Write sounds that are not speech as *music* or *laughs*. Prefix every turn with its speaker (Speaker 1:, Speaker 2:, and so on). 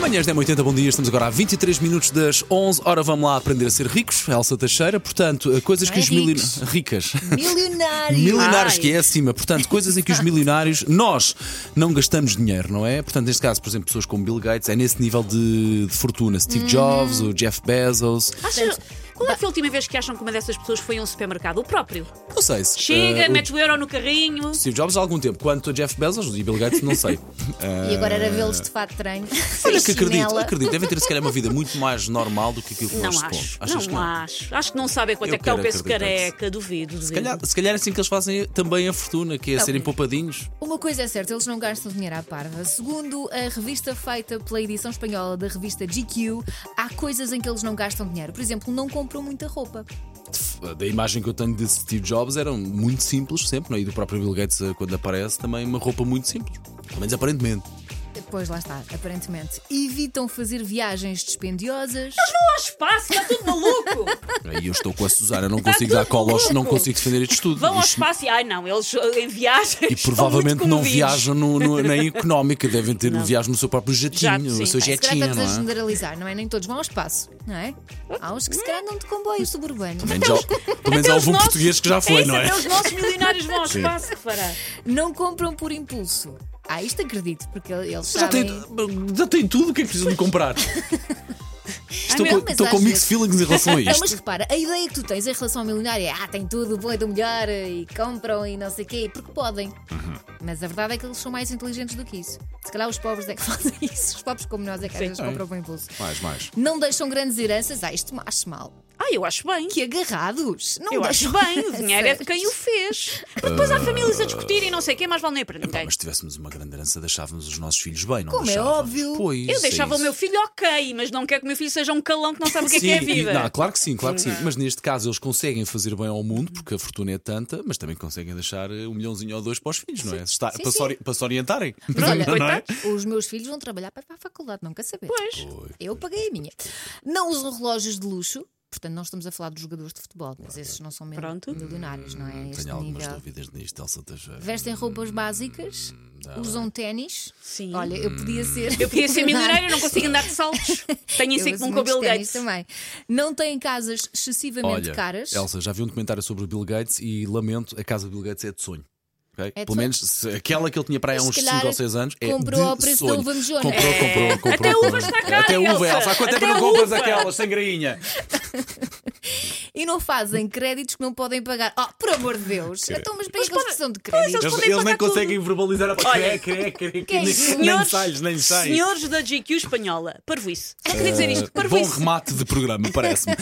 Speaker 1: Manhãs da 80 bom dia. Estamos agora a 23 minutos das 11. Ora, vamos lá aprender a ser ricos. Elsa Teixeira, portanto, eh, coisas
Speaker 2: Não
Speaker 1: que
Speaker 2: é
Speaker 1: os milio- *laughs* ricas.
Speaker 2: ricos. *laughs* Milionário.
Speaker 1: Milionários
Speaker 2: Ai.
Speaker 1: que é acima, portanto, coisas
Speaker 2: *laughs*
Speaker 1: em que os milionários, nós não gastamos dinheiro, não é? Portanto, neste caso, por exemplo, pessoas como Bill Gates, é nesse nível de, de fortuna.
Speaker 2: Uhum.
Speaker 1: Steve Jobs, o Jeff Bezos.
Speaker 3: Achas, qual é que foi a última vez que acham que uma dessas pessoas foi a um supermercado? O próprio.
Speaker 1: Não sei se.
Speaker 3: Chega,
Speaker 1: eh, o
Speaker 3: metes o euro no carrinho.
Speaker 1: Steve Jobs há algum tempo. Quanto a Jeff Bezos e Bill Gates, não
Speaker 2: *laughs*
Speaker 1: sei.
Speaker 2: E agora era vê-los de fato de treino.
Speaker 1: Olha
Speaker 2: sem
Speaker 1: que acredito,
Speaker 2: chinela.
Speaker 1: acredito. Devem ter, se calhar, uma vida muito mais normal do que aquilo que
Speaker 3: Não
Speaker 1: nós supomos.
Speaker 3: acho. não, acho. Acho que não sabem quanto
Speaker 1: Eu
Speaker 3: é que está o
Speaker 1: quero
Speaker 3: peso
Speaker 1: acreditar nisso.
Speaker 3: careca. Duvido, duvido.
Speaker 1: Se calhar, se calhar é assim que eles fazem também a fortuna, que é serem poupadinhos.
Speaker 2: Uma coisa é certa, eles não gastam dinheiro à parva. Segundo a revista feita pela edição espanhola da revista GQ, há coisas em que eles não gastam dinheiro. Por exemplo, não compram muita roupa.
Speaker 1: Da imagem que eu tenho de Steve Jobs eram muito simples sempre, não é? E do próprio Bill Gates, eh, quando aparece, também uma roupa muito simples. Pelo menos aparentemente.
Speaker 2: Pois lá está, aparentemente. Evitam fazer viagens dispendiosas.
Speaker 3: Não há espaço, está
Speaker 1: *laughs*
Speaker 3: tudo maluco.
Speaker 1: é? E eu estou com a Susana, não consigo dar cola aos, não consigo defender isto tudo.
Speaker 3: Vão ao
Speaker 1: Isto-
Speaker 3: espaço e. Ai não, eles eh, em viagens.
Speaker 1: e
Speaker 3: *laughs* são
Speaker 1: provavelmente
Speaker 3: muito
Speaker 1: não
Speaker 3: comovidos.
Speaker 1: viajam no, no- na económica, devem ter uma viagem no seu próprio jatinho,
Speaker 3: Jato, sim.
Speaker 1: no seu
Speaker 3: Ah, se
Speaker 2: Se calhar
Speaker 1: jetinho,
Speaker 2: estamos
Speaker 1: não
Speaker 2: a
Speaker 1: é? Hum.
Speaker 2: generalizar, não é? Nem todos vão ao espaço, não é? Há uns que se calhar não de comboio suburbano.
Speaker 1: Pelo menos ao- Pelo menos
Speaker 3: Até
Speaker 1: ao
Speaker 3: os
Speaker 1: voo
Speaker 3: nossos-
Speaker 1: português que já foi,
Speaker 3: isso,
Speaker 1: não é?
Speaker 3: Até os nossos milionários vão ao espaço, que fará.
Speaker 2: Não compram por impulso. Ah, isto acredito, porque eles
Speaker 1: Já
Speaker 2: sabem.
Speaker 1: tem, já tem tudo o que é que precisam de comprar. Estou,
Speaker 2: meu,
Speaker 1: com,
Speaker 2: mas
Speaker 1: estou com
Speaker 2: às
Speaker 1: mixed
Speaker 2: vezes-
Speaker 1: feelings em relação a
Speaker 2: Não,
Speaker 1: isto.
Speaker 2: mas repara, a ideia que tu tens em relação ao milionário é ah, tem tudo, bom e do melhor, e compram e não sei o quê, porque podem.
Speaker 3: Uhum.
Speaker 2: Mas a verdade é que eles são mais inteligentes do que isso. Se calhar os pobres é que *laughs* fazem isso, os pobres como nós é que às
Speaker 3: Sim.
Speaker 2: vezes compram por impulso.
Speaker 1: Mais, mais.
Speaker 2: Não deixam grandes heranças, ah, isto acho mal.
Speaker 3: Ah, eu acho bem.
Speaker 2: Que agarrados! Não
Speaker 3: Eu
Speaker 2: deixam
Speaker 3: acho bem,
Speaker 2: *laughs*
Speaker 3: o dinheiro é de
Speaker 2: heranças.
Speaker 3: quem o fez. Depois há famílias
Speaker 1: Ah.
Speaker 3: a discutirem e não sei o quê, mas vale nem para ninguém.
Speaker 1: Mas se tivéssemos uma grande herança, deixávamos os nossos filhos bem, não
Speaker 2: Como é
Speaker 1: deixávamos?
Speaker 2: óbvio.
Speaker 1: Pois,
Speaker 3: Eu deixava
Speaker 1: é
Speaker 3: o meu
Speaker 1: isso.
Speaker 3: filho ok, mas não quero que o meu filho seja um calão que não sabe o que é
Speaker 1: Sim,
Speaker 3: que é *laughs* a
Speaker 1: e-
Speaker 3: vida.
Speaker 1: não, claro que sim, claro que sim. Mas neste caso eles conseguem fazer bem ao mundo, porque a fortuna é tanta, mas também conseguem deixar eh, um milhãozinho ou dois para os filhos, não é? Se está-
Speaker 2: Sim,
Speaker 1: para, se
Speaker 2: sim.
Speaker 1: ori- para se orientarem.
Speaker 3: Mas olha,
Speaker 1: *laughs* não é?
Speaker 3: coitados.
Speaker 2: Os meus filhos vão trabalhar para para a faculdade, não quer saber.
Speaker 3: Pois.
Speaker 2: Eu paguei a minha. Não usam relógios de luxo. Portanto, não estamos a falar dos jogadores de futebol, mas esses não são mil-
Speaker 3: Pronto. Hum,
Speaker 2: milionários, não é? Este
Speaker 1: Tenho algumas
Speaker 2: nível.
Speaker 1: dúvidas nisto, Elsa Teixeira.
Speaker 2: Vestem roupas básicas, usam ténis.
Speaker 3: Sim.
Speaker 2: Olha, eu
Speaker 1: Hum.
Speaker 2: podia ser.
Speaker 3: Eu podia
Speaker 2: *laughs*
Speaker 3: ser milionário, não consigo andar de saltos. Tenho
Speaker 2: Eu
Speaker 3: isso
Speaker 2: uso
Speaker 3: com o
Speaker 2: muitos
Speaker 3: Bill
Speaker 2: ténis
Speaker 3: Gates.
Speaker 2: também. Não têm casas excessivamente
Speaker 1: Olha,
Speaker 2: caras.
Speaker 1: Elsa, já vi um documentário sobre o Bill Gates e lamento, a casa do Bill Gates é de sonho. ok?
Speaker 2: de
Speaker 1: Pelo
Speaker 2: sonho.
Speaker 1: menos se aquela que ele tinha para aí há
Speaker 2: Se
Speaker 1: uns
Speaker 2: calhar
Speaker 1: 5 ou 6 anos é
Speaker 2: comprou
Speaker 1: de
Speaker 2: ao preço da
Speaker 1: sonho.
Speaker 2: uva é? mojona.
Speaker 1: Comprou, comprou, comprou.
Speaker 3: Até
Speaker 1: comprou.
Speaker 3: uva está cara,
Speaker 1: Até uva,
Speaker 3: Elsa.
Speaker 1: Elsa. Há quanto tempo
Speaker 3: Até
Speaker 1: não compras
Speaker 3: uva.
Speaker 1: aquelas, sem grainha?
Speaker 2: E não fazem créditos que não podem pagar. Oh, por amor de Deus! Então, mas para que eles precisam de
Speaker 3: eles
Speaker 2: créditos?
Speaker 3: podem pagar tudo.
Speaker 1: verbalizar a
Speaker 3: Olha,
Speaker 1: cré, cré, cré,
Speaker 2: é isso?
Speaker 3: Senhores, senhores da GQ espanhola, parvo isso. Só queria dizer isto, parvo
Speaker 1: Eh, Bom
Speaker 3: isso.
Speaker 1: remate de programa, parece-me.